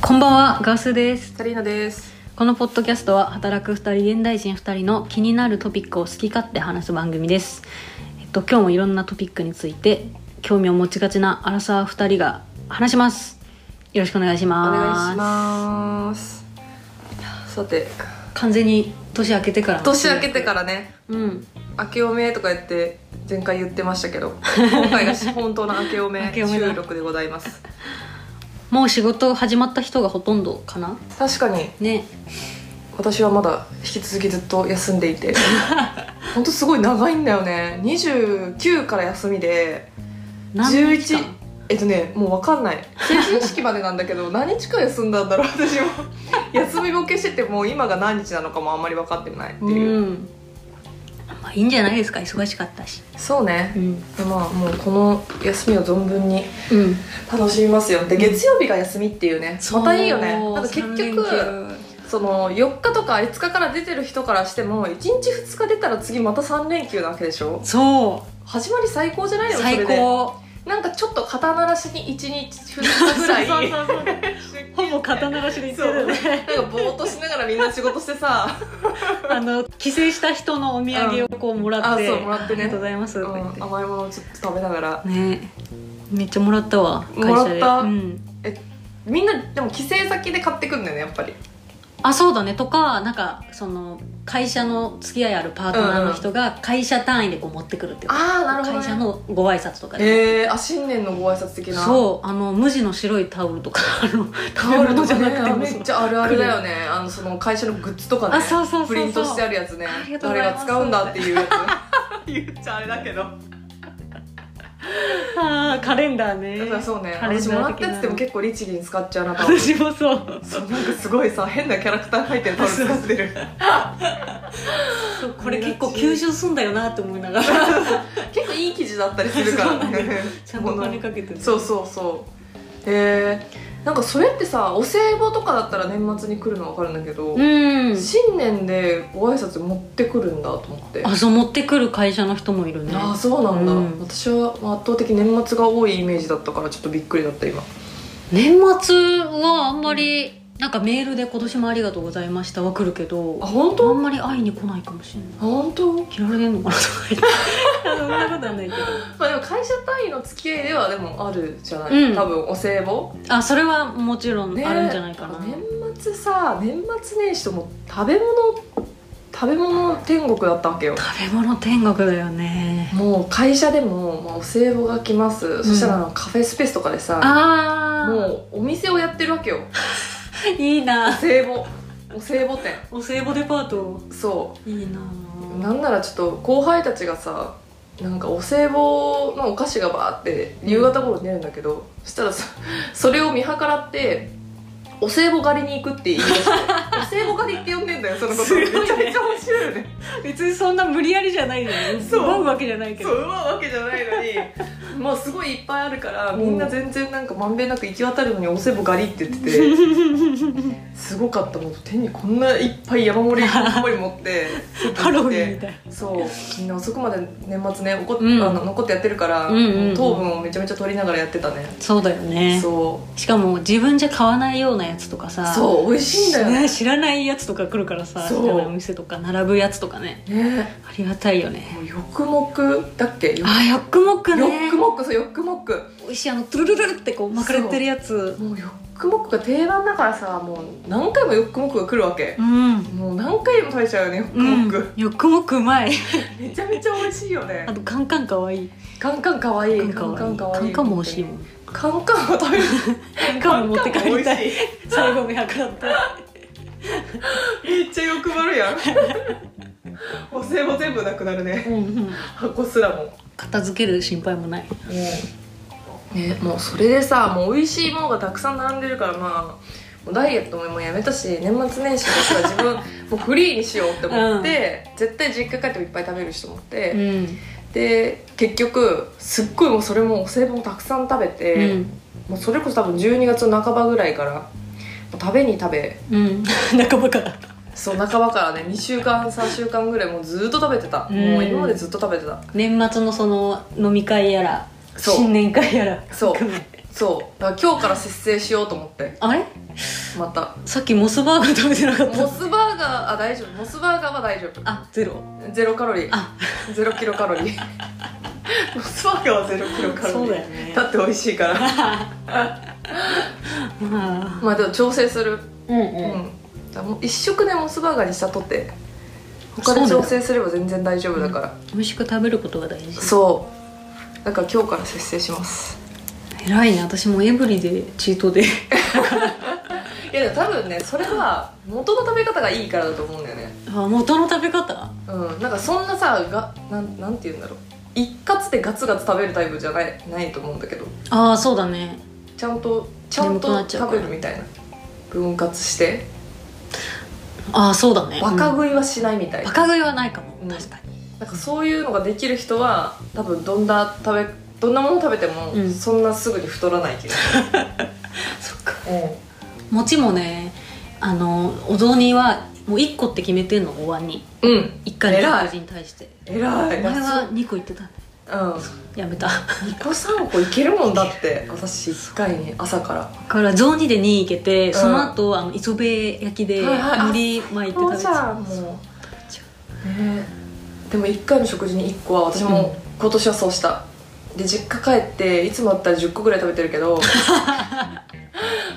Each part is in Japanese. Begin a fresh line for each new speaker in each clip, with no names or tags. こんばんは、ガスです。
サリーナです。
このポッドキャストは働く二人現代人二人の気になるトピックを好き勝手話す番組です。えっと今日もいろんなトピックについて興味を持ちがちなアラサー二人が話します。よろしくお願いし
お
ます。
願いします。さて、
完全に年明けてから。
年明けてからね、
うん。
明けおめとか言って前回言ってましたけど、今回が 本当の明けおめ
明けおめだ
収録でございます。
もう仕事始まった人がほとんどかな。
確かに
ね。
私はまだ引き続きずっと休んでい て、本当すごい長いんだよね。29から休みで、
何日間
11えっとね、もうわかんない成人式までなんだけど 何日か休んだんだろう私も休みボケしててもう今が何日なのかもあんまり分かってないって
う
いう、
ん。まあいいんじゃないですか。忙しかったし。
そうね
うん。
まあもうこの休みを存分に
うん。
楽しみますよで月曜日が休みっていうねまたいいよね
そう
なんか結
三連
局
休
その4日とか5日から出てる人からしても1日2日出たら次また3連休なわけでしょ
そ
始まり最高じゃな
う
いのそ
最
れで
高
なんかちょっと肩慣らしに1日2日ぐらい
そうそうそうそうほぼ肩
慣
慣らしで言ってるよね
なんかぼーっとしながらみんな仕事してさ
あの帰省した人のお土産をこうもら
あ
って、
そうもらって
ありがとうござ
ね、
います
う
とか言っ
ん、
て、
甘いものをちょっと食べながら
ねめっちゃもらったわ会
も
社
らっ
で
た
うん、
みんなでも帰省先で買ってくんだよねやっぱり
あそうだねとかなんかその会社の付き合いあるパートナーの人が会社単位でこう持ってくるっていう、
ああなるほど、ね、
会社のご挨拶とかで、
えー、あ新年のご挨拶的な
そうあの無地の白いタオルとかあ の
タオルと
食べ物
かね
じゃなくても
めっちゃあるあるだよねあのその会社のグッズとかね
あそうそうそうそう
プリントしてあるやつね
ありがとうござい
誰が
ます
使うんだっていうやつ 言っちゃあれだけど
あーカレンダー
だ
ね
からそうね
カレン
私
ダー的な
もらったやつでも結構律儀に使っちゃうな多分
私もそう
そうなんかすごいさ変なキャラクター入ってるタオル使ってる
そうこれ結構吸収すんだよなって思いなが ら
結構いい生地だったりするから
そうなんだよちゃんと
こ
お
の
金かけてる
そうそうそうへえなんかそれってさお歳暮とかだったら年末に来るの分かるんだけど、
うん
新年でご挨拶持ってくるんだと思って
あそう持ってくる会社の人もいるね
ああそうなんだ、
うん
私はまあ圧倒的年末が多いイメージだったからちょっとびっくりだった今
年末はあんまりなんかメールで「今年もありがとうございました」は来るけど
あ
あ
本当
んまり会いに来ないかもしれない
本当
嫌われてんのかなとか言ってそんなことはないけど
まあでも会社単位の付き合いではでもあるじゃない、
うん
多分お歳暮
あそれはもちろん
ね
あるんじゃないかな、
年末さ年末年始とも食べ物食べ物天国だったわけよ
食べ物天国だよね
もう会社でも、まあ、お歳暮が来ます、そしたらあのカフェスペースとかでさ
ああ
もうお店をやってるわけよ
いい
お
な
歳暮お歳暮店
お歳暮デパート
そう
いいな
なんならちょっと後輩たちがさなんかお歳暮のお菓子がバーって夕方頃に出るんだけど、そしたらそそれを見計らってお歳暮狩りに行くって言い出して お歳暮狩りって呼んでんだよそのこと
すごいね
めちゃめちゃ面白いよね
別にそんな無理やりじゃないよね
そう
奪うわけじゃないけ
そう
ど
うまいわけじゃないのにまあすごいいっぱいあるからみんな全然なんかまんべんなく行き渡るのにお歳暮狩りって言ってて すごかったもう手にこんないっぱい山盛り山盛り持って
ハロウィンみたい
そうみんな遅くまで年末ね怒っ、
うん
あの残ってやってるから、
うんうんうん
糖分をめちゃめちゃ取りながらやってたね、
そうだよね
そ
しかも自分じゃ買わないようなやつとか
う
さ
そう美味しいんだよね
ね知らないやつとか来るからさ
そう
知らないお店とか並ぶやつとかね
ね
ありがたいよね
もうよくもくだっけよ
あよっくもっく
よ
ね
くもくそうよくもく
美味しいあのトゥルルルルってこう巻かれてるやつ
もうよくもくが定番だからさもう何回もよくもくが来るわけ
う、ん
もう何回も食べちゃうよねよく
う
も
ん
く、、
よっくもっくうまい
めちゃめちゃ美味しいよね
あとカンカンかわいい
カンカンかわいい
カンカンかわいいカンカンも美味しいもん
カンカンも食べる
カンカンも持って帰りたい
い
最後見計らって
めっちゃ欲張るやん お歳暮全部なくなるね
うんうん
箱すらもも
片付ける心配もないう
ねもうそれでさもう美味しいものがたくさん並んでるからまあもうダイエットももうやめたし年末年始だから自 分もうフリーにしようって思って、絶対実家帰ってもいっぱい食べるしと思って、
うん
で結局すっごいもうそれもお歳暮もたくさん食べて、
うん
もうそれこそ多分12月の半ばぐらいからもう食べに食べ
うん 仲間から
そう半ばからね2週間3週間ぐらいもうずっと食べてた、
うん
もう今までずっと食べてた
年末のその飲み会やら
そう
新年会やら
そう
含め
そうだから今日から節制しようと思って
あれ
また
さっきモスバーガー食べてなかっ
モ
た
スバーガーあ大丈夫モスバーガーは大丈夫
あゼロ
ゼロカロリー
あ
ゼロキロカロ リーモスバーガーはゼロキロカロリー
そうだよね
だって美味しいから
まあ
まあでも調整する
うん
う
うん
んだからもう一食でモスバーガーにしたとって他で調整すれば全然大丈夫だから
美味しく食べることが大事
そうだから今日から節制します
偉いね私もエブリでチートで
いやでも多分ねそれは元の食べ方がいいからだと思うんだよね
あ元の食べ方
うんなんかそんなさがなんなんて言うんだろう一括でガツガツ食べるタイプじゃないないと思うんだけど
ああそうだね
ちゃんとちゃん
眠くなっ
と
ちゃうか
食
ら
べるみたいな分割して
ああそうだね
バカ
い、
食いはしないみた
う
い
んバカ食いはないかも、
うん
確かに
なんかそういうのができる人は多分どんな食べどんなもの食べても
うん
そんなすぐに太らないけど、
そっか
うん
餅もねあのお雑煮はもう1個って決めてんのお椀に
うん
1回の
偉い
食事に対して
偉
お
い
前は2個言ってたね
うん
やめただ
2個3個いけるもんだって私1回に朝から
から雑煮で2いけて
ん
その後、あの磯辺焼きで
はいはいあ
海苔巻いて食べてた
んも
ちゃ
うねえでも1回の食事に1個は私も今年はそうしたで実家帰っていつもだったら10個ぐらい食べてるけ ど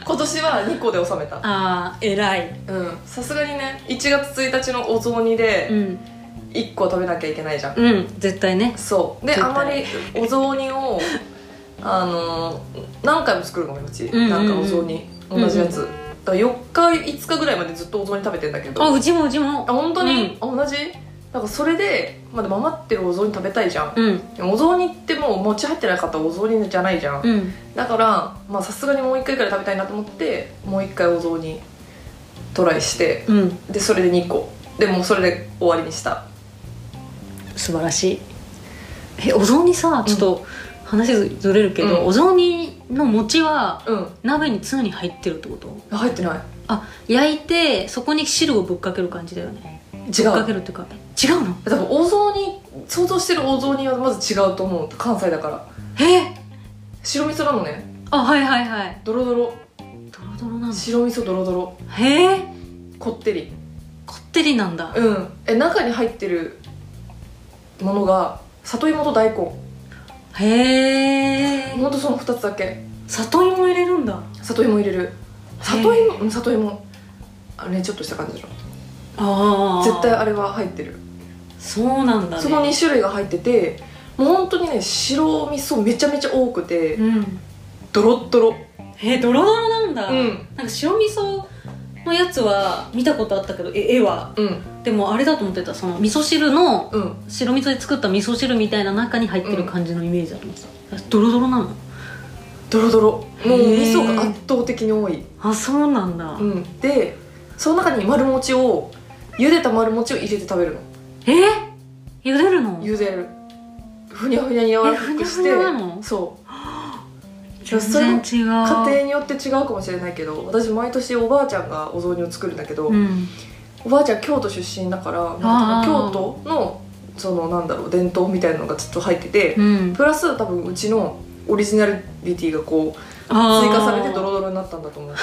今年は2個で収めた
あー偉い
うんさすがにね1月1日のお雑煮
う
で
ん
1個食べなきゃいけないじゃん、
うん絶対ね
そうで
絶
あ
対
まりお雑煮をあの何回も作るのもうち、
うんうんうん
なんかお雑煮同じやつ、
うん
だから4日5日ぐらいまでずっとお雑煮食べてんだけど
あうちもうちも
あ本当に、あ同じなんかそれで、まあ、でも余ってるお雑煮食べたいじゃん、
うん
でもお雑煮ってもう餅入ってなかったらお雑煮じゃないじゃん、
うん
だからまあさすがにもう1回くらい食べたいなと思ってもう1回お雑煮トライして
うん
でそれで2個でもうそれで終わりにした
素晴らしいえお雑煮さちょっと話ずれるけど、
うん
お雑煮の餅は
うん
鍋に常に入ってるってこと
入ってない
あ焼いてそこに汁をぶっかける感じだよね
違
ぶっかけ
う
るっていうか違うの
多分お雑煮想像してるお雑煮はまず違うと思う関西だから
え
白味噌なのね
あはいはいはい
ドロドロ
ドロドロなの
白味噌ドロドロ
へえ
こってり
こってりなんだ
うんえ中に入ってるものが里芋と大根
へえ
ほんとその2つだけ
里芋入れるんだ
里芋入れる里芋うん里芋あれねちょっとした感じでしょ
ああ
絶対あれは入ってる
そうなんだね
その2種類が入っててもう本当にね白味噌めちゃめちゃ多くて、
うん
ドロッドロ
えドロドロなんだ、
うん
なんか白味噌のやつは見たことあったけどえ絵は
うん
でもあれだと思ってたその味噌汁の
うん
白味噌で作った味噌汁みたいな中に入ってる感じのイメージあります、ドロドロなの
ドロドロもう
へー
味噌が圧倒的に多い、
あそうなんだ、
うん、でその中に丸餅を茹でた丸餅を入れて食べるの
え茹でるの
茹でるふにゃふにゃに柔らかくして
えふにゃふにゃなの
そう
全然違う
家庭によって違うかもしれないけど私毎年おばあちゃんがお雑煮を作るんだけど、
うん
おばあちゃん京都出身だからなんか京都のそのなんだろう伝統みたいなのがちょっと入ってて、
うん
プラス多分うちのオリジナリティがこう追加されてド
ロ
ロドロになったんだと 思う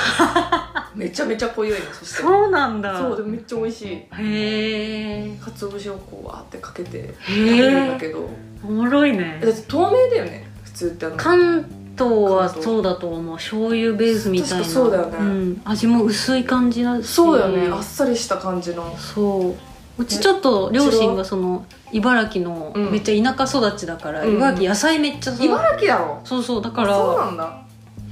めちゃめちゃ濃いのそして
そうなんだ
そうでもめっちゃ美味しい
へえ
鰹節をこうわーってかけて食
へ
べるんだ
え
けど
おもろいね
えだって透明だよね普通ってあの
関東はそうだと思う醤油ベースみたいな
確かそうだよね
ん、味も薄い感じだし
そうだよね、あっさりした感じの
そううちちょっと両親がその茨城の
うん
めっちゃ田舎育ちだから、
うん
茨城野菜めっちゃそう
茨城だろ
そうそうだか
そう
ら
なんだ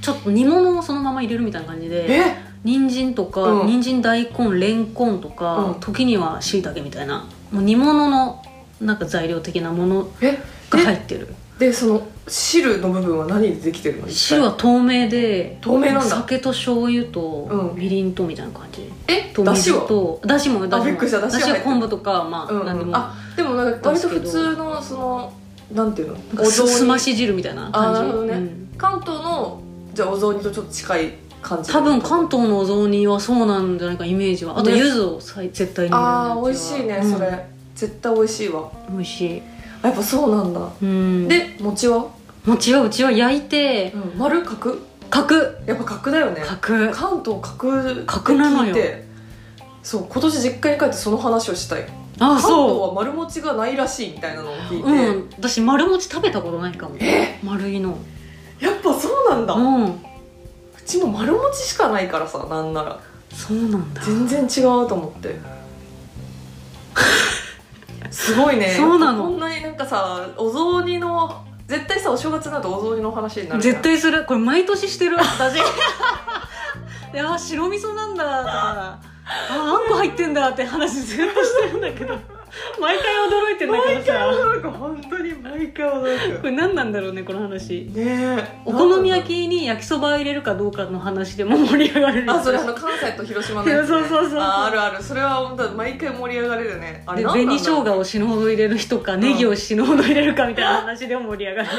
ちょっと煮物をそのまま入れるみたいな感じで
え
人参とか、
うん
人参大根レンコンとか、
うん
時には椎茸みたいなもう煮物のなんか材料的なもの
え
が入ってる
でその汁の部分は何でできてるの一体
汁は透明で
透明なんだ
酒と醤油と
うん
みりんとみたいな感じ、
え
と
だし
水
は
とだしもだしも
びっくりしただしは入ってる
昆布とかまあ、
うん
何で
うん、
も
あでもなんか割と普通のそのなんていうの
なんかす
お雑煮
すまし汁みたいな感じ
あなるほどね
うん
関東のじゃあお雑煮とちょっと近い感じ
多分関東のお雑煮はそうなんじゃないかイメージはあと
ね
柚子をさい絶対に入れるやつ
あ
は
あ美味しいね、
うん
それ絶対美味しいわ
美味しい
あやっぱそうなんだ、
うん
で餅は
餅をうちを焼いて
うん、丸角
角
やっぱ角だよね
角
関東角って聞いて
角なのよ
そう今年実家に帰ってその話をしたい
あ
関東
そ
は丸餅がないらしいみたいなのを聞
う
いて、
うん私丸餅食べたことないかも
え
丸いの
やっぱそうなんだ、う
うん
ちも丸餅しかないからさなんなら
そうなんだ
全然違うと思って すごいね
そうなの
こんなになんかさお雑煮の絶対さお正月になるとお雑煮の話になるじゃん
絶対するこれ毎年して る私いやー白味噌なんだとかあーあんこ入ってんだって話ずっとしてるんだけど毎回驚いてんだけど
毎回
さ
驚く本当に毎回驚
こ
く
れ何なんだろうねこの話
ねえ
お好み焼きに焼きそば入れるかどうかの話でも盛り上がれる
あそれあの関西と広島のやつ、ね、
いやそうそうそうそう
ああるあるそれは本当毎回盛り上がれるねあれ
で
何なん
紅
だ
生姜を死ぬほど入れる人か、ネギを死ぬほど入れるかみたいな話でも盛り上がる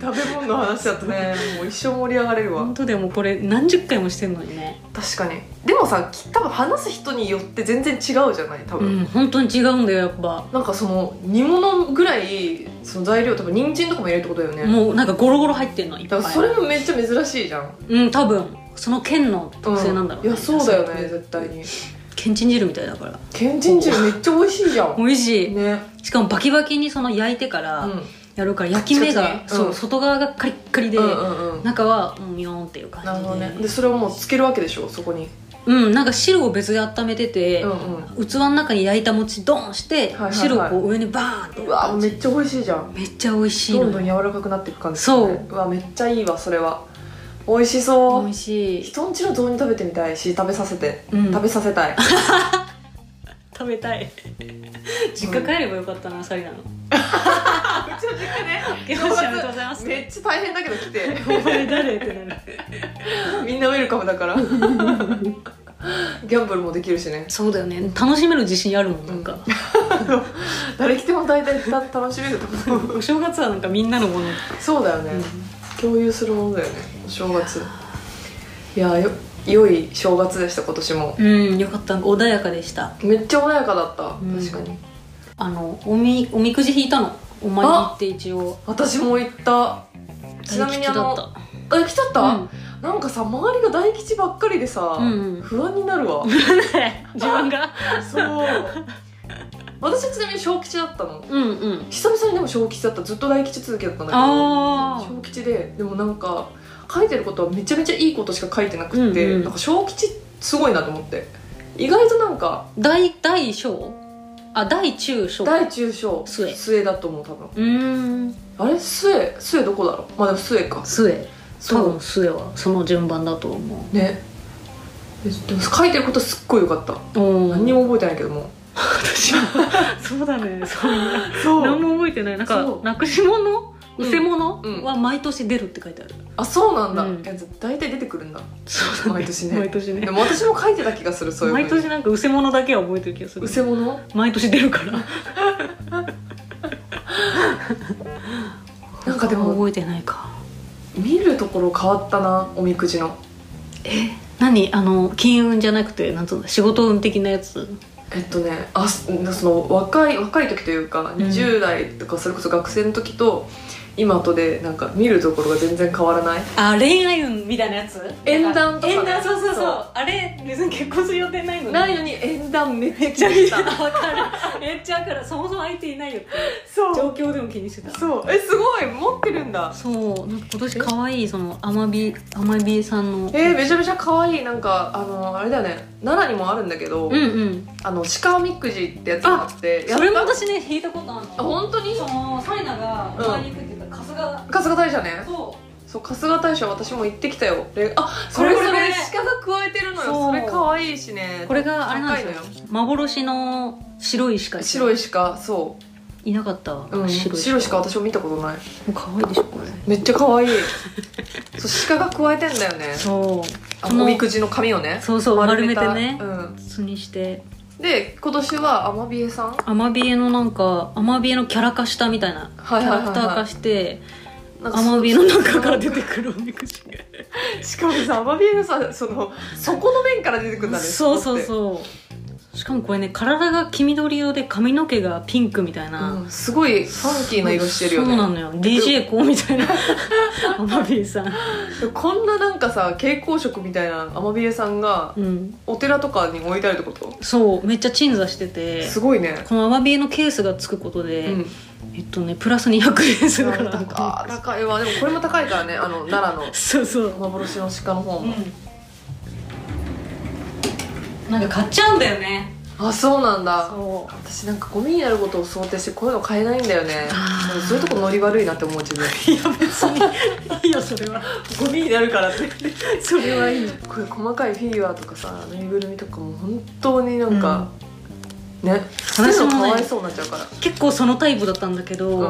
食べ物の話だとねもう一生盛り上がれるわ
本当でもこれ何十回もしてんのにね
確かにでもさき多分話す人によって全然違うじゃない多
う
分、
ん本当に違うんだよやっぱ、
なんかその煮物ぐらいその材料とか人参とかも入れるってことだよね
もうなんかゴロゴロ入ってんのいっぱ
だ
い
からそれもめっちゃ珍しいじゃん
うん多分その県の特性なんだろう、
いやそうだよ
野菜
ね
って
絶対に
けんちん汁みたいだから
けんちん汁めっちゃ美味しいじゃ ん
美味しい、
ね
しかもバキバキにその焼いてか
う
ら
ん
やるから焼き目が、
カチカチね
そう
うん
外側がカリッカリで、
うんうんうん
中はうんヨーンっていう感じ
な
で
るほどねでそれをもうつけるわけでしょそこに
うんなんか汁を別で温めてて、
うんうん
器の中に焼いた餅ドーンして、
はいはいはい
汁をこう上にバーンって
うわめっちゃ美味しいじゃん
めっちゃ美味しい
ど
の
んどん柔らかくなっていく感じ
そう
うわめっちゃいいわそれは美味しそ
美
う
味しい
人んちの雑煮食べてみたいし食べさせて、
うん
食べさせたい
食べたい 実家帰ればよかったなサリな の
うちの実家 ね
よしありがとうございます
めっちゃ大変だけど来て
お前誰ってなる
みんなウェルカムだからギャンブルもできるしね
そうだよね楽しめる自信あるもんなんか、
誰来ても大体た楽しめると思う
お正月はなんかみんなのもの
そうだよね、共有するものだよねお正月いやーよ良い正月でした今年も
うんよかった穏やかでした
めっちゃ穏やかだった、
うん
確かに
あのおみおみくじ引いたのお参りって一応
私も行ったちなみにあの
大吉だっ
あ来ちゃったた、なんかさ周りが大吉ばっかりでさ、
うんうん
不安になるわ
自分が
そう 私はちなみに小吉だったの
うん うん
久々にでも小吉だったずっと大吉続きだったんだけど
あ
小吉ででもなんか書いてることはめちゃめちゃいいことしか書いてなくって、
うんうん
なんか小吉すごいなと思って意外となんか
ー大大小あ大中小
大中小
末
だと思う多分
うーん
あれ末末どこだろうまあでも末か
末多
そ
分末はその順番だと思
うねえでも書いてることすっごいよかった
ううん
何にも覚えてないけども
私は そうだねそう
そ
何も覚えてないなん
そ
か
う
なくし物
う
うんせ物
うん
は毎年出るって書いてある、
あそうなんだ、
うん
いや大体出てくるんだ
そう
毎年ね
毎年ね
でも私も書いてた気がするそういう
毎年なんかうせ物だけは覚えてる気がす
う
る
せ物
毎年出るから
なんかでも
覚えてないか
見るところ変わったなおみくじの
え何あの金運じゃなくてなんつうの仕事運的なやつ
えっとねあすその若い若い時というか
ん
20代とかそれこそ学生の時と今とでなんか見るところが全然変わらない
あ恋愛運みたいなやつ
縁談とかね
縁談そうそうそう
そう
あれ別に結婚する予定ないのに
ないのに縁談めっ
めっ
ち
ち
ゃ
ゃ
見
見
て
て
た
た わかるめっちゃわかるそもそも相手いないよって
そう
状況でも気にしてた
そうえすごい持ってるんだ
そうなんか今年可愛いそのアマビアマビエさんの
えー、めちゃめちゃ可愛いなんかあのあれだよね奈良にもあるんだけど、
うんうん
あの鹿おみくじってやつがあってや
それも
った
私ね弾いたことあるの
あ本当に
そのサイナがお参り行くって言ったら春日
春日大社ね
そ
そう春日大社私も行ってきたよであこれ
そ
そ
れ
れ
それ
鹿が加えてるのよ
そう
それ可愛いしね
うこれがあれなんですよ
高いの
幻の白い鹿
白
い
い鹿そ
いなかったわ、
う、うん、白
白
い
い
鹿私も見たことな
も
い
う可愛いでしょこれ
めっちゃ 可愛いそう鹿が加えてんだよね
そう
あ
この
おみくじの紙をね
そうそう丸めてね
うん、
素にして
で今年はアマビエさん
アマビエのなんかアマビエのキャラ化したみたいなキ
はい
ャ
はいはいはい
ラクター化して
なんか
アマビエの中から出てくるおみくじが
しかもさアマビエのさその底の面から出てくるんだね
そうそう
う
そうしかもこれね体が黄緑色で髪の毛がピンクみたいな、
うん、すごいファンキーな色してるよね
そうなのよ DJ こうみた いなアマビーさん、
こんななんかさ蛍光色みたいなアマビエさんが
うん、
お寺とかに置いてあるってこと
そうめっちゃ鎮座してて
すごいね、
このアマビーのケースがつくことで、
うん、
えっとねプラス200円するか
な
ら
んかあー高いわでもこれも高いからねあの奈良の
そうそう、
幻の鹿の方も、
なんか買っちゃうんだよね
あそうなんだ
そ
私なんかゴミになることを想定してこういうの買えないんだよね
あー
でもそういうとこノリ悪いなって思う自分
ういや別にいいよそれは
ゴミになるからって
それはいい
こういう細かいフィギュアとかさぬいぐるみとかも本当になんか、ね捨てるのかわいそうになっちゃうから
結構そのタイプだったんだけど、
うん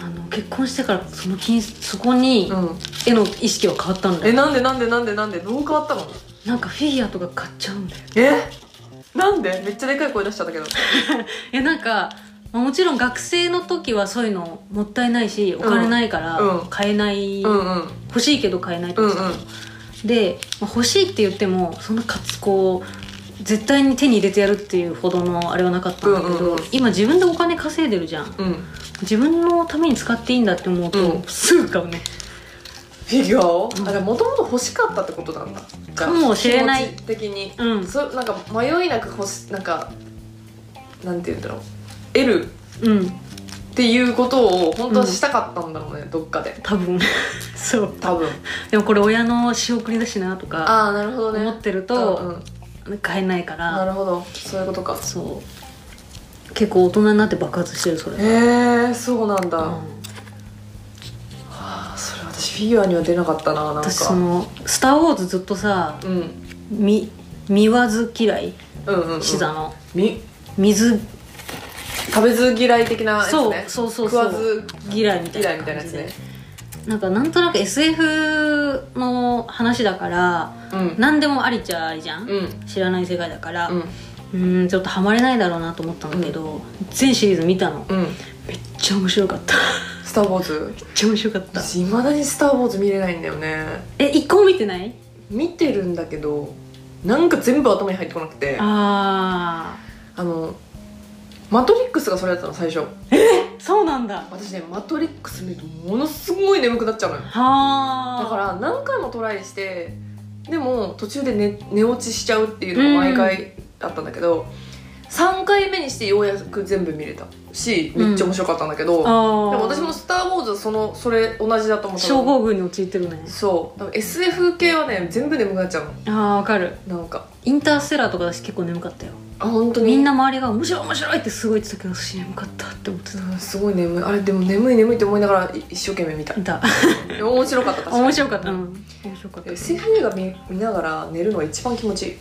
あの結婚してからその金そこに
うん、
絵の意識は変わったんだ
え
よ、
なんでなんでなんでなんでどう変わったの
なんかフィギュアとか買っちゃうんだよ
えなんでめっちゃでかい声出しちゃったけど
えなんかまあもちろん学生の時はそういうのもったいないしお金ないから
うん
買えない、
うんうん
欲しいけど買えないと
う
か
ん
さ、で、まあ欲しいって言ってもそんなかつこう絶対に手に入れてやるっていうほどのあれはなかったんだけど、
うんうんうん
今自分でお金稼いでるじゃん
うんうん
自分のために使っていいんだって思うと、
うん
すぐ買うね
フィギュアを、
うん
あじゃもともと欲しかったってことなんだじゃ
か
あ
もしれない
気持ち的に、
うん
そなんか迷いなく欲しなんかなんて言うんだろう得る
うん
っていうことを本当はしたかったんだろうね、どっかで
多分 そう
多分
でもこれ親の仕送りだしなとか
ああなるほどね
思ってる
うん
と
うん
買えないか
な
ら、
るほどそういうことか
そう結構大人になって爆発してるそれ
へ
が、
えそうなんだ、
うん
はあそれ私フィギュアには出なかったななんか
私その「スター・ウォーズ」ずっとさ
うん、うん
み見わず嫌い
うんうん
シザの、
み
水
食べず嫌い的なやつ
そう
ね
そうそうそう
食わず
嫌いみたいな
嫌いみたいなやつね
なんかなんとなく SF の話だから
うん
何でもありっちゃありじゃん、
うん
知らない世界だから
うん
うんんちょっとハマれないだろうなと思ったんだけど、全シリーズ見たの
うん
めっちゃ面白かった
「スター・ウォーズ
めっちゃ面白かっ」た
私いまだに「スター・ウォーズ」見れないんだよね
え一個も見てない
見てるんだけどなんか全部頭に入ってこなくてあ
あ
の「マトリックス」がそれだったの最初
ーそうなんだは
私ね「マトリックス」見るとものすごい眠くなっちゃうのよ
あ
だから何回もトライしてでも途中で寝寝落ちしちゃうっていうのが毎回だったんだけど、3回目にしてようやく全部見れたしめっちゃ面白かったんだけど、
あー
でも私も「スター・ウォーズ」そのそれ同じだと思った
症候群に陥ってるね
そうだから SF 系はね全部眠くなっちゃう
ああわかる
のなんか
インターステラーとかだし結構眠かったよ
あ本当に
みんな周りが面白い面白いってすごい言ってたけど私眠かったって思ってた
うんすごい眠いあれでも眠い眠いって思いながらい一生懸命見た
いた
でも面白かった確か に
面白かった、うん、面白かった
SF 映画見見ながら寝るのが一番気持ちいい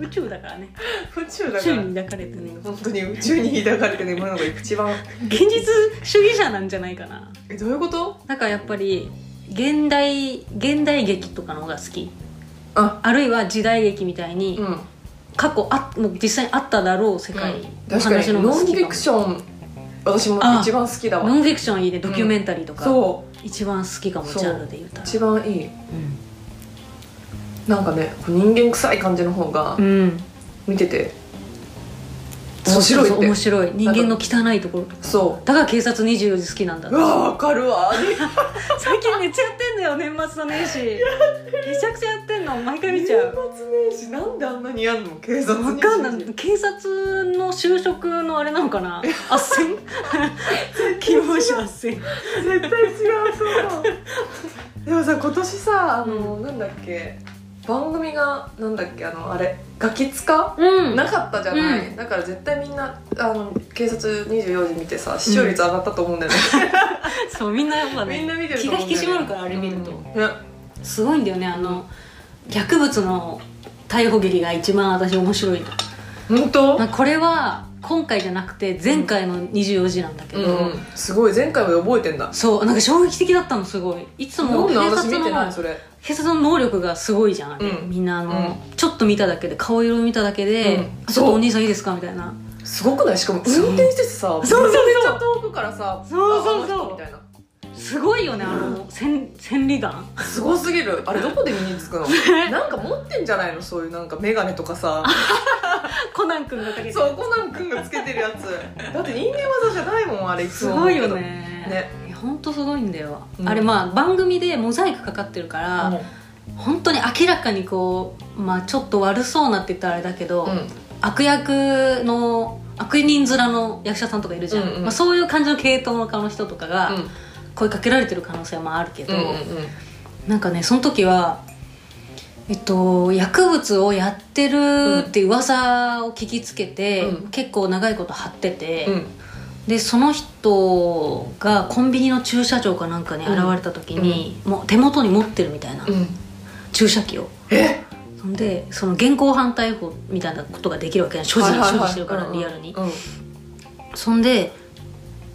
宇宙だからね
宇宙だ
宇
か
宙
ら
に抱かれてね
本当に宇宙に抱かれて眠るのが一番
現実主義者なんじゃないかな
えどういうこと
だからやっぱり現代現代劇とかの方が好き
あ
あるいは時代劇みたいに、
うん
過去あもう実際にあっただろう世界の
確か
話
に
の
ノ
方が
ンフ
好き
ィ
か
ク
も
ション私も
あ
一番好きだ
ノ
わ
ンフィクションいいねドキュメンタリーとか、
そ
一番好きかもジ
そう
ャンルで言うたら
う一番いい
うん
なんかねこう人間臭い感じの方が
うん
見てて面白い
そうそ
っ
う面
て
白い人間の汚いところとか
そ
だから警察24時好きなんだ
ううわわかるわ
最近めっちゃやってんだよ年末の年始めちゃくちゃやってんの毎回見ちゃう
年末年始なんであんなにやんの警察
わ
に
かんない警察の就職のあれなのかなあっせん 希望者あっせん
絶対違うそうでもさ今年さあの、なんだっけ番組がなんだっけあのあれガキ使
うん
なかったじゃない、
う
だから絶対みんなあの警察24時見てさ視聴率上がったと思うんだよね、
そうみんなやっぱ
み
ね
んな見てると思うんだよ、ね、
気が引き締まるからあれ見ると
うんね
すごいんだよねあの薬物の逮捕劇が一番私面白いの
本当
まあこれは今回じゃなくて前回の24時なんだけ
う
ど、
ん、すごい前回も覚えてんだ
そうなんか衝撃的だったのすごいいつも
なん
警
なん私
察
見て
の
ないそれ
警察の能力がすごいじゃん、あれ
うん
みんなあの、ちょっと見ただけで顔色見ただけで、
うん
ちょっ
そう
とお兄さんいいですかみたいな
すごくないしかも運転しててさ
そうそうそう
めちゃめちゃ遠くからさ
そうそうそう
ああの人みたいな
すごいよねあの千千里眼
すごすぎるあれどこで身につくのなんか持ってんじゃないのそういうなんか眼鏡と かさ
コナン君がかけてる
そうコナン君がつけてるやつだって人間技じゃないもんあれいつ
す
も
ごいよね
ね
いやほんとすごいんだよ、
うん
あれまあ番組でモザイクかかってるから、
うん
本当に明らかにこうまあちょっと悪そうなって言ったらあれだけど、
うん
悪役の悪人面の役者さんとかいるじゃん、
うんうん
まあ、そういう感じの系統の顔の人とかが
うん
声かけられてる可能性もあるけど、
うんうんうん
なんかねその時はえっと薬物をやってるって噂を聞きつけて、
うん
結構長いこと張ってて、
うん
でその人がコンビニの駐車場かなんかに現れた時に、もう手元に持ってるみたいな、
うん
注射器を
え
そんでその現行犯逮捕みたいなことができるわけやん所持,、
はいはいはい
所持してるから、リアルに、
うんうん
そんで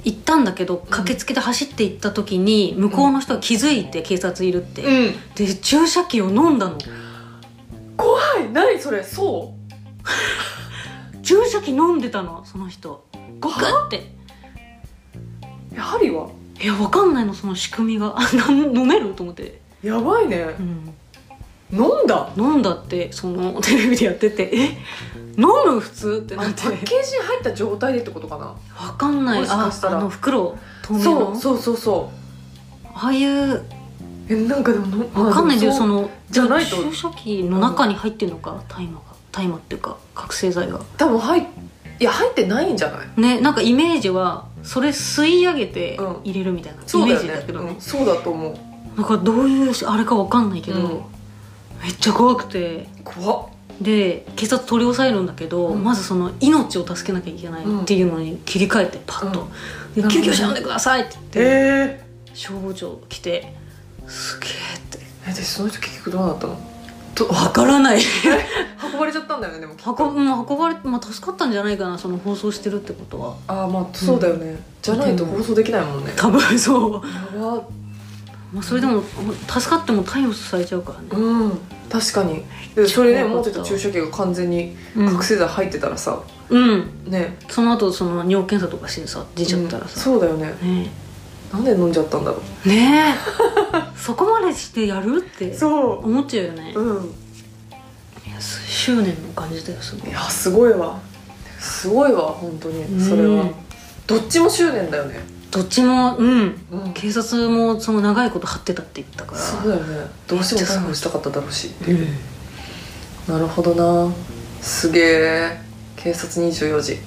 行ったんだけど駆けつけて走って行った時に向こうの人が気づいて警察いるって、
うん
で注射器を飲んだの
怖い何それそう
注射器飲んでたのその人
ご
グッて
やはりはい
やわかんないのその仕組みが なん飲めると思って、
やばいね
うん、
飲 んだ
飲んだってその テレビでやっててえ飲む普通って
あの
な
パ
って
ッケージに入った状態でってことかな
わかんない
もしかしたら
ああの袋透明
そ
の
うそうそうそ
ああいう
うえなんかでもの
わかんないんだよ
まあ
そ
もう
の
じゃないと
注射器の中に入ってるのか大麻が大麻っていうか覚醒剤が
多分入っいや入ってないんじゃない
ねなんかイメージはそれ吸い上げて
うん
入れるみたいな、
そ
イ
う
メ
だ
ー
よ
ジ
ね
だけどね
うん、そうだと思う
なんかどういうあれかわかんないけど、
うん
めっちゃ怖くて
怖っ
で警察取り押さえるんだけど、
うん
まずその命を助けなきゃいけないっていうのに切り替えてパッと「で
なるほどね
救急車呼んでください」って
え
言って、
え
消防庁来てすげえって
えでその人結局どうなったの
わからない
運ばれちゃったんだよねでもきっと
運うん運ばれて、まあ、助かったんじゃないかなその放送してるってことは
ああまあそうだよね、じゃないと放送できないもんね
多分そう、
やば
まあ、それでも助かっても逮捕されちゃうからね、
うん確かにでそれね
怖かっ
持ったてた注射器が完全に
うん
覚醒剤入ってたらさ、
うん、
ね
その後その尿検査とかしてさ出ちゃったらさ、
うんそうだよね
ね
なんで飲んじゃったんだろ
えねえ そこまでしてやるって
うそ
思っちゃうよね
うん
いやす執念の感じだよすごい
いやすごいわすごいわ本当にそれは、
うん
どっちも執念だよね、
どっちもうん
うん、
警察もその長いこと張ってたって言ったから
そうだよねどうしても逮捕したかっただろうし
うん
なるほどなすげえ警察24時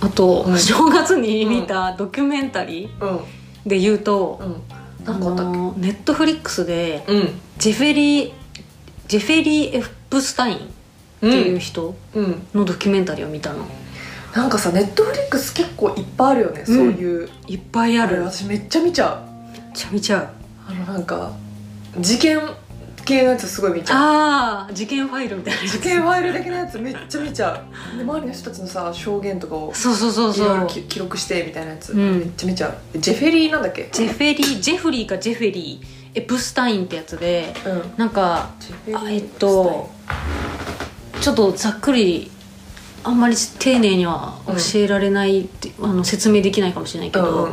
あと、
うん
正月に見たドキュメンタリ
うん
ーで言うと、
うん
あ
何かあったっ
のネットフリックスで
けうん
ジェフェリージェフェリー・エップスタインっていう人
うん、うん、
のドキュメンタリーを見たの、
なんかさネットフリックス結構いっぱいあるよね、そういう
いっぱいあ
あれ
るめ
私めっちゃ見ちゃ
ちゃめちゃ
うあのなんか事件系のやつすごい見ちゃう
ああ事件ファイルみたいなやつ
事件ファイル的なやつめっちゃ見ちゃうで周りの人たちのさ証言とかを
そうそうそう
い
そ
ろいろ
う
き記録してみたいなやつ、
う
めっ
ん
ちゃ見ちゃうジェフェリーなんだっけ
ジェフェリージェフリーかジェフェリーエプスタインってやつで
うん
なんか
ジェフェリー
あえっとちょっとざっくりあんまり丁寧には教えられないって、あの説明できないかもしれないけ
うん
ど、
うん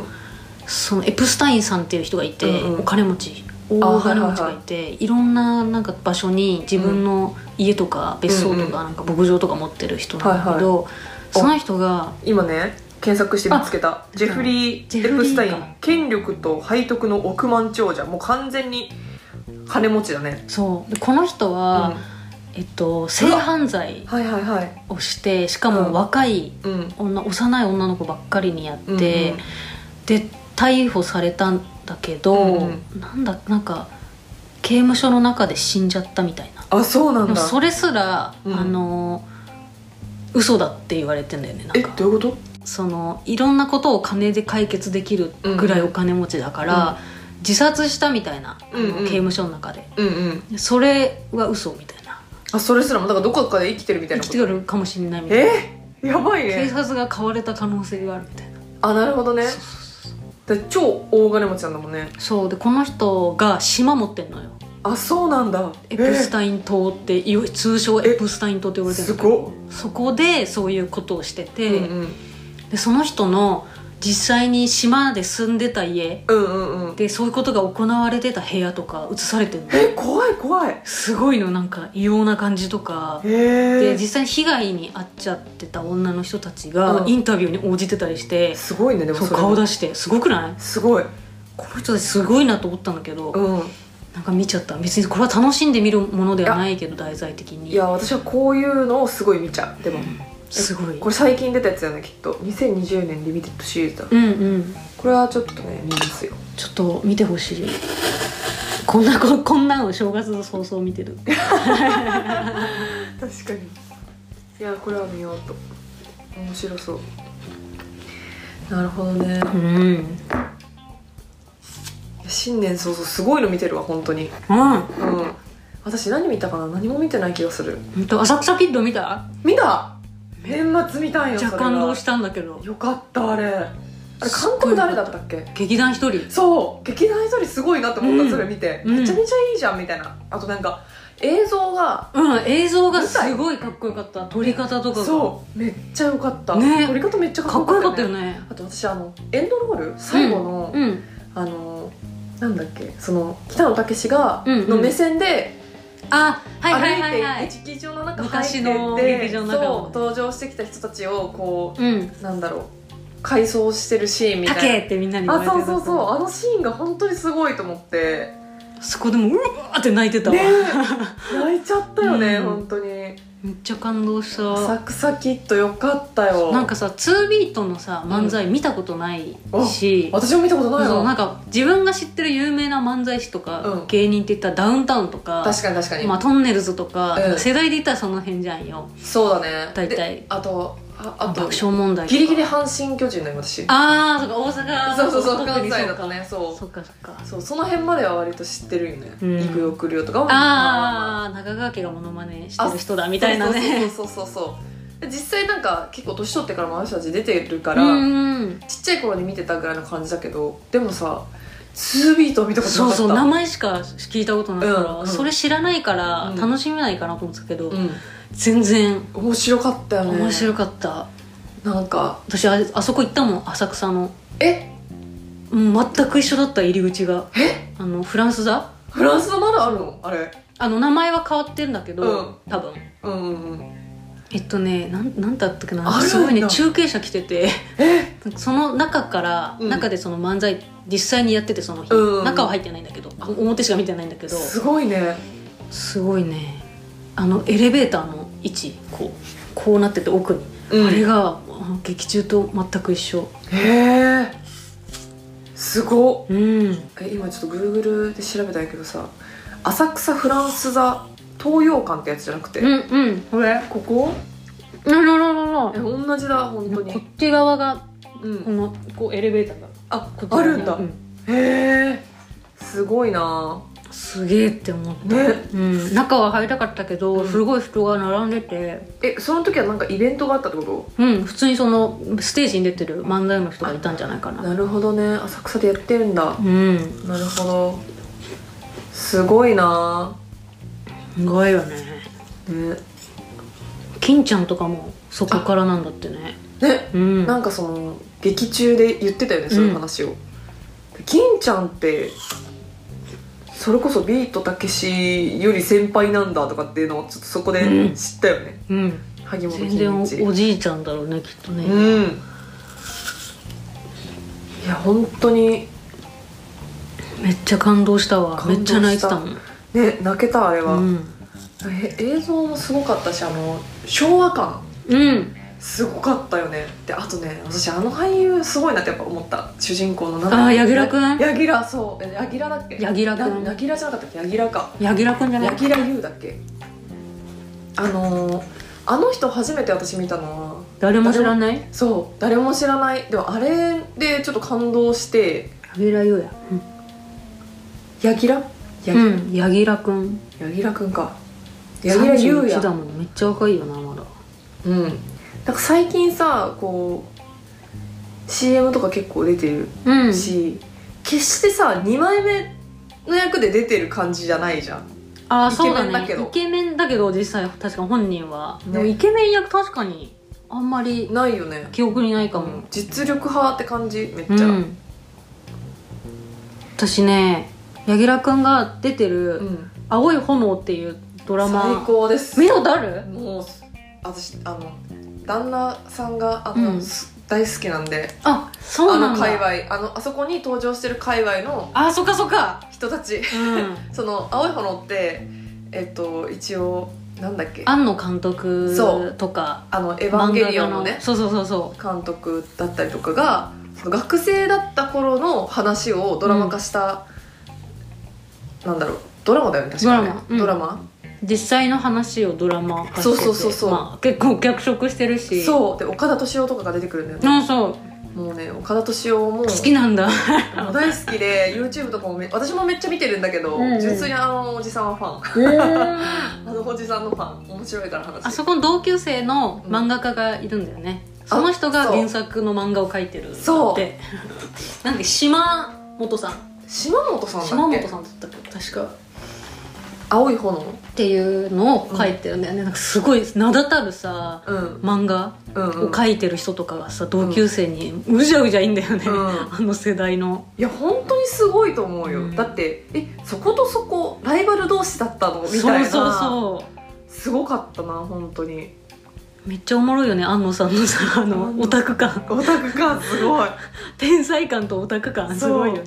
そのエプスタインさんっていう人がいて、
うんうん
お金持ち大金持ちがいて、いろんななんか場所に自分の家とか別荘
うん
と
うん
かなんか牧場とか持ってる人なんだけど、その人が
今ね検索して見つけたジェフリ
ジェ
ー・
フリー
エプスタイ
か
ン権力と背徳の億万長者もう完全に金持ちだね、
そうでこの人
うん、
は、
は
えっと、性犯罪
いはいはい
をしてしかも若い
うん
女幼い女の子ばっかりにやって。
うんうん
で逮捕されたんだけど、
うん
なんだなんか刑務所の中で死んじゃったみたいな
あそうなん
でも
だ
それすら、
うん
あの嘘だって言われてんだよねな
え
んか
どういうこと
そのいろんなことを金で解決できるぐらいお金持ちだから、自殺したみたいな、あの
うんうん
刑務所の中で
うんうん
でそれは嘘みたいな
あそれすらもだからどこかで生きてるみた
生
いなこ
き
と
てくるかもしれないみたいな
えやばい
警
ね
察が買われた可能性があるみたいな
あなるほどね
そうそうそう
だから超大金持ちなんだもんね
そうでこの人が島持ってんのよ
あそうなんだ
エプス
イ
タイン島っていわ通称エプスタイン島って言われてるんだけ
すごっ
どそこでそういうことをしてて、
うんうん
でその人の実際に島で住んでた家
うんうんうん
でそういうことが行われてた部屋とか映されてるの
え怖い怖い
すごいのなんか異様な感じとか
へえ
で実際に被害に遭っちゃってた女の人たちが
うん
インタビューに応じてたりして、
すごいねでも
そう
それ
顔出してすごくない
すごい
この人たちすごいなと思ったんだけど、
うん
なんか見ちゃった別にこれは楽しんで見るものではないけど題材的に
いや私はこういうのをすごい見ちゃうでも
すごい
これ最近出たやつだよねきっと2020年リミテッドシリーズだ
うんうん
これはちょっとね見ますよ
ちょっと見てほしいこんなここんなの正月の早々見てる
確かにいやこれは見ようと面白そうなるほどね
うんうん
新年早々すごいの見てるわ本当に
本
うん私何見たかな何も見てない気がする
当浅草キッド見た
見た年末見たん
め
よ
っちゃ
それが
感動したんだけど
よかったあれあれ
すっ
監
ごいよかった
督誰だったっけ
劇団一人
そう劇団一人すごいなと思った、
うん
それ見て、
うん
めちゃめちゃいいじゃんみたいなあとなんか映像が
うん映像がすごいかっこよかった撮り方とかが
そうめっちゃ良かった、
ね
撮り方めっちゃか
か
っ
っこ
こ
よ
よ
か
か
っ
ったた
よ
よね
ね
あと私あのエンドロール最後の、
うん
あのなんだっけその北野武が
うんうん
の目線で
あはい
歩い
はいはいは
て
い
劇場の中入って
昔
っ
の
て
劇場の中
そう登場してきた人たちをこ
うん
うなんだろう回想してるシーン
「
み
た
たい
け!」ってみんなに
な
言わ
あ
れて
そう
る
そうそうあのシーンが本当にすごいと思って
そこでもうわーって泣いてたわ、
ね泣いちゃったよね、
うん
本当に
めっちゃ感動し
浅
た
草キッドよかったよ
なんかさ2ビートのさ漫才見たことないし、
私も見たことない
そうな
わ
んか自分が知ってる有名な漫才師とか、
うん
芸人って言ったらダウンタウンとか
確かに確かに、
まあ、トンネルズとか,、
うん
世代で言ったらその辺じゃんよ
そうだね
大体
であとああ
爆
と
笑問題とか
ギリギリ阪神巨人の私
ああそうか大阪
そうそうそう
特
関
に
西
そう
だ
か
とねそう
そうかそうか
そうその辺までは割と知ってるよね、
うん
行くよ来るよとかも
ああ中川家がモノマネしてる人だみたいなね
そうそうそうそうそうで実際なんか結構年取ってからもあの人たち出てるか
う
ら、
ん
ちっちゃい頃に見てたぐらいの感じだけどでもさ2ビートは見たことな
そ
か
う
った
そう名前しか聞いたことないから、
うんうん
それ知らないから
うん
楽しめないかなと思ってたけど、
うん
全然
面白かったよね
面白かった
なんか
私ああそこ行ったもん浅草の
え
もう全く一緒だった入り口が
え
あのフランス座
フランスのまだあるのあれ
あの名前は変わってんだけど、
うん
多分
うんうんうん
えっとねなんなんだったっけ
あるん
な
だ
すごいね中継車来てて
え
その中から、
うん
中でその漫才実際にやっててその日、
うん
中は入ってないんだけど表しか見てないんだけど
すごいね
すごいねあのエレベーターの位置こうこうなってて奥に、
うん
あれがあの劇中と全く一緒
へえすごっ
うん
え今ちょっとグーグルで調べたんやけどさ浅草フランス座東洋館ってやつじゃなくて、
うんうん
これここ
ななななな
え同じだ本当に、
こっち側が
うん
このこうエレベーターが
あ
こっち
あ
側に
るんだ、
う
へえすごいな
すげえって思った、
ね
うん、中は入りたかったけど、
うん
すごい人が並んでて
えその時はなんかイベントがあったってこ
うん普通にそのステージに出てる漫才の人がいたんじゃないか
と
な
なるほどね浅草でやってるんだ
うん
なるほどすごいな
すごいよね
ね
金ちゃんとかもそこからなんだってね
ね
うん
なんかその劇中で言ってたよねそういう話を、金ちゃんってそれこそビートたけしより先輩なんだとかっていうのをちょっとそこで
うん
知ったよね、
うん
萩本欽
全
一
然おおじいちゃんだろうねきっとね、
うんいや本当に
めっちゃ感動したわ
感動した
めっちゃ泣いてたもん
ね泣けたあれは、
うん、
え映像もすごかったしあの昭和感
うん、
すごかったよねであとね私あの俳優すごいなってやっぱ思った主人公の名
あー柳楽くん
柳楽そうえ柳楽だっけ
柳楽くん
な柳楽じゃなかったっけ柳楽か
柳楽くんじゃない
柳楽優だっけあのー、あの人初めて私見たのは
誰も知らない
そう誰も知らないでもあれでちょっと感動して
柳楽優や
柳楽
う
柳,、
ん、うん、柳楽くん
柳楽くんか柳楽優
31だ
也
もんめっちゃ若いよなまだ
うんなんか最近さこう CM とか結構出てる
うん
し、決してさ2枚目の役で出てる感じじゃないじゃん
あー
イ
そう
ケ
だ
メン
ね
だけど
イケメンだけど実際確か本人は、
ね
でもイケメン役確かにあんまり
ないよね
記憶にないかも、
実力派って感じめっ
う
ちゃ、
ん、私ね柳楽君が出て
う
る
ん
「青い炎」っていうドラマ
最高です
見たことある
もう私あの旦那さんがあの、
うん
す大好きなんで
あそう
あ
な
の
ん
界
だ
隈あのあそこに登場してる界隈の
あそっかそっか
人たち
う ん
その青い炎ってえっと一応なんだっけあ
庵野監
そ
督とか
の「エヴァン
漫
ゲリオ
画
ン」の
の
ね
そうそうそうそ
監督だったりとかがその学生だった頃の話をドラマ化した、なんだろうドラマだよね確かね
ドラマうん
ドラマ
う実際の話をドラマ化してて
そうそうそうそう
まあ、結構脚色してるしう
そうで岡田斗司夫とかが出てくるんだよね
そうそう
もうね岡田斗司夫も
好きなんだ
もう大好きで YouTube とかもめ私もめっちゃ見てるんだけど、
うんうん
純粋にあのおじさんはファ
あ
ンあのおじさんのファン面白いから話
そこの同級生の漫画家がいるんだよね、その人が原作の漫画を描いてるんだって
そう
なんか島本さん
島本さんだっけ
島本さんだったっけ確か
青い炎
っていうのを書いてるんだよね、なんかすごい名だたるさ
うん
漫画
うん、う
を
ん、
書いてる人とかがさ同級生にうじゃうじゃいいんだよね、
うん
あの世代の
いや本当にすごいと思うよ、
うん
だってえそことそこライバル同士だったのみたい
そう
な
そうそう
すごかったな本当に
めっちゃおもろいよね安野さんのさあの
安野
オタク感
オタク感すごい
天才感とオタク感すごいよね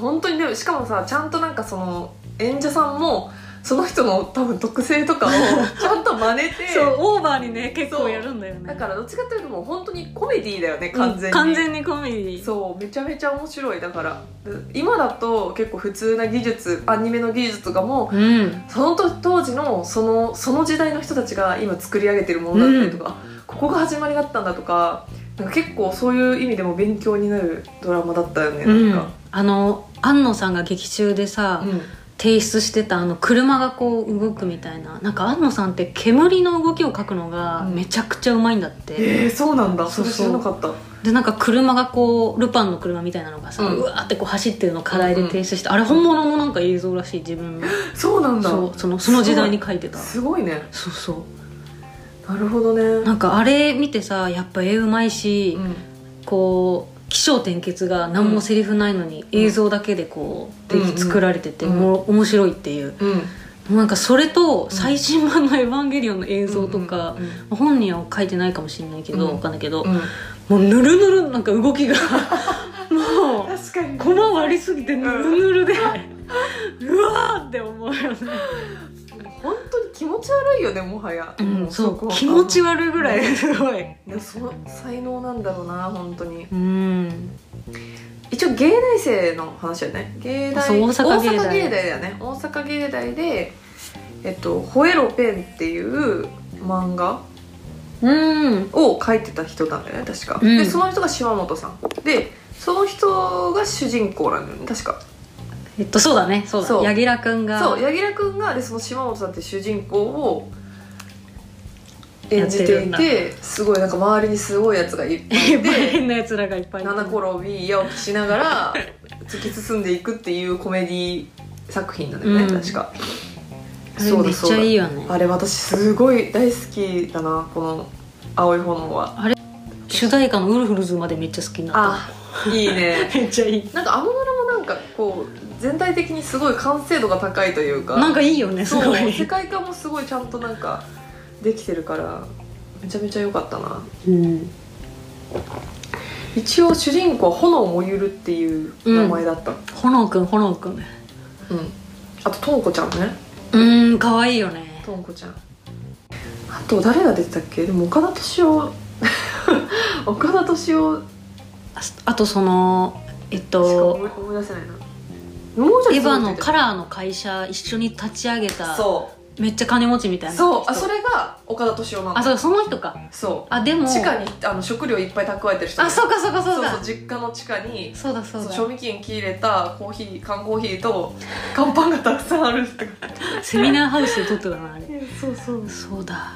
本当にでもしかもさちゃんとなんかその演者さんもその人の多分特性とかをちゃんと真似て
そうオーバーにね結構やるんだよね
だからどっちかっていうともう本当にコメディだよね
うん
完全に、
完全にコメディ
そうめちゃめちゃ面白いだからで今だと結構普通な技術アニメの技術とかも
うん
そのと当時のそのその時代の人たちが今作り上げてるものだったりとか、ここが始まりだったんだとかなんか結構そういう意味でも勉強になるドラマだったよね、
うん
なんか、
あの安野さんが劇中でさ、
うん、
提出してたあの車がこう動くみたいななんか安野さんって煙の動きを描くのが
うん
めちゃくちゃうまいんだって、
えー、そうなんだ
そ
そうれ
そう
知らなかった
でなんか車がこうルパンの車みたいなのがさ、う
うん
わーってこう走ってるのを課題で提出して、あれ本物のなんか映像らしい自分の
そうなんだ
そうそのその時代に描いてた
すごいね
そうそ
なるほどね
うなんかあれ見てさやっぱ絵うまいし、
うん
こう起承転結が何もセリフないのに、映像だけでこうでき、
うん
作られてて、
うん
もう面白いっていう
うん
なんかそれと最新版の「エヴァンゲリオン」の映像とか、
うん
本人は書いてないかもしれないけど、
うん
わかんないけど、
うん
もうぬるぬるなんか動 きがもう
確かに
駒割りすぎてぬるぬるで、うわーって思うよね、
本当に気持ち悪いよねもはや、も
そう
こは
気持ち悪いぐらいすごい、
いやその才能なんだろうな本当に
うん
一応芸大生の話だよね芸大
そう大阪芸大
大大だよね大阪芸大でえっと「吠えろペン」っていう漫画
うん
を書いてた人なんだよね確か、
うん
でその人が島本さんでその人が主人公なんだよね確か
えっとそうだねそうだ
そう
柳楽君が
そう柳楽君がでその島本さんって主人公を演じて
やってるん
い
だ
てすごいなんか周りにすごいやつがいっ ぱいいて
変なやつらがいっぱいいて
七転び八起きしなが ら突き進んでいくっていうコメディ作品なんだよね、
うん
確か
あれめっちゃいいよね
あれ私すごい大好きだなこの「青い炎は」
主題歌の「ウルフルズ」までめっちゃ好きになっ
あいいね
ためっちゃいい
なんかあのドラマなんかこう全体的にすごい完成度が高いというか
なんかいいよねす
そう
ご
世
い
界観もすごいちゃんとなんかできてるからめちゃめちゃ良かったな
うん
一応主人公は炎もゆるっていう名前だった、うん
炎くん炎くん
あととんこちゃんね
うん可愛いよね
とんこちゃんあと誰が出てたっけでも岡田敏夫 岡田敏夫
ああとそのえっ
しか
と
思い思い出せないなもうちょっと
エヴァの
出て
カラーの会社一緒に立ち上げ
た
た
そ
めっちゃ金持ちみたいうな
そうあ
人
それが岡田敏夫な
あ
の
そうその人か
そ
あで
う
も
地下にあの食料いっぱい蓄えてる人
あそうかそうかそう
そうそ
だ
う実家の地下に
そうだそう
そう
だ
賞味期限切れたコーヒー缶コーヒーと乾パンがたくさんあるってこと
セミナーハウスで撮ってたなあれ
そうそう
そうだ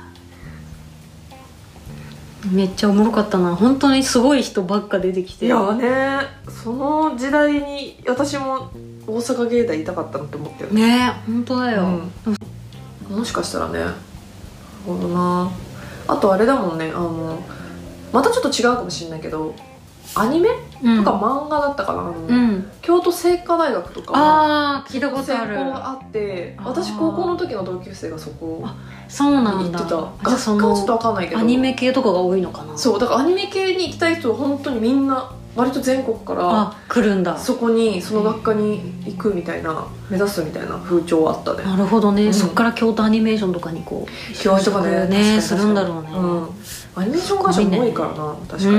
めっちゃおもろかったな本当にすごい人ばっか出てきて
いやねその時代に私も大阪芸大いたかったなって思ったよね
ね本当だよ、
うんもしかしたらねなるほどなあとあれだもんねあのまたちょっと違うかもしれないけどアニメ
うん
とか漫画だったかな、あの
うん
京都精華大学とか
ああ聞いたことある
専攻があって
あー
私高校の時の同級生がそこ
あそうな
に行
ん
って
だ
た
じ
学
ゃ
科
あ
はち
そ
ょっと
の
わかんないけど
アニメ系とかが多いのかな
そうだからアニメ系に行きたい人は本当にみんな割と全国から
あ来るんだ
そこにその学科に行くみたいな目指すみたいな風潮はあったね
なるほどね、
うん
そっから京都アニメーションとかにこう
教授とかね
就職
確かに確かに
するんだろうね、
うんアニメーション会社も多いからな確
う
か
ん
に
うん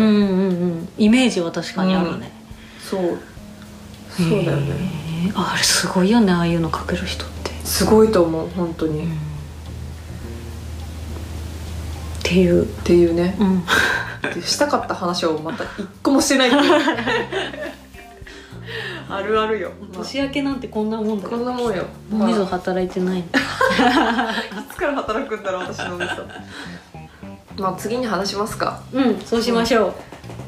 うんイメージは確かにあるね、
そうそうだよね
へーあれすごいよねああいうの描ける人って、
すごいと思う本当に
うん
っ
っていう、
ていうね
うん、
でしたかった話をまた一個もしてないって いうあるあるよ、まあ
年明けなんてこんなもんだ
こん
よ
なもんよ、まあ
脳みそ働いてないの
いつから働くんだろう私のみそまあ次に話しますか
うんそうしましょう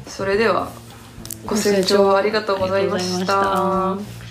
それではご清聴ありがとうございま
ありが
し
とうござい
た
まし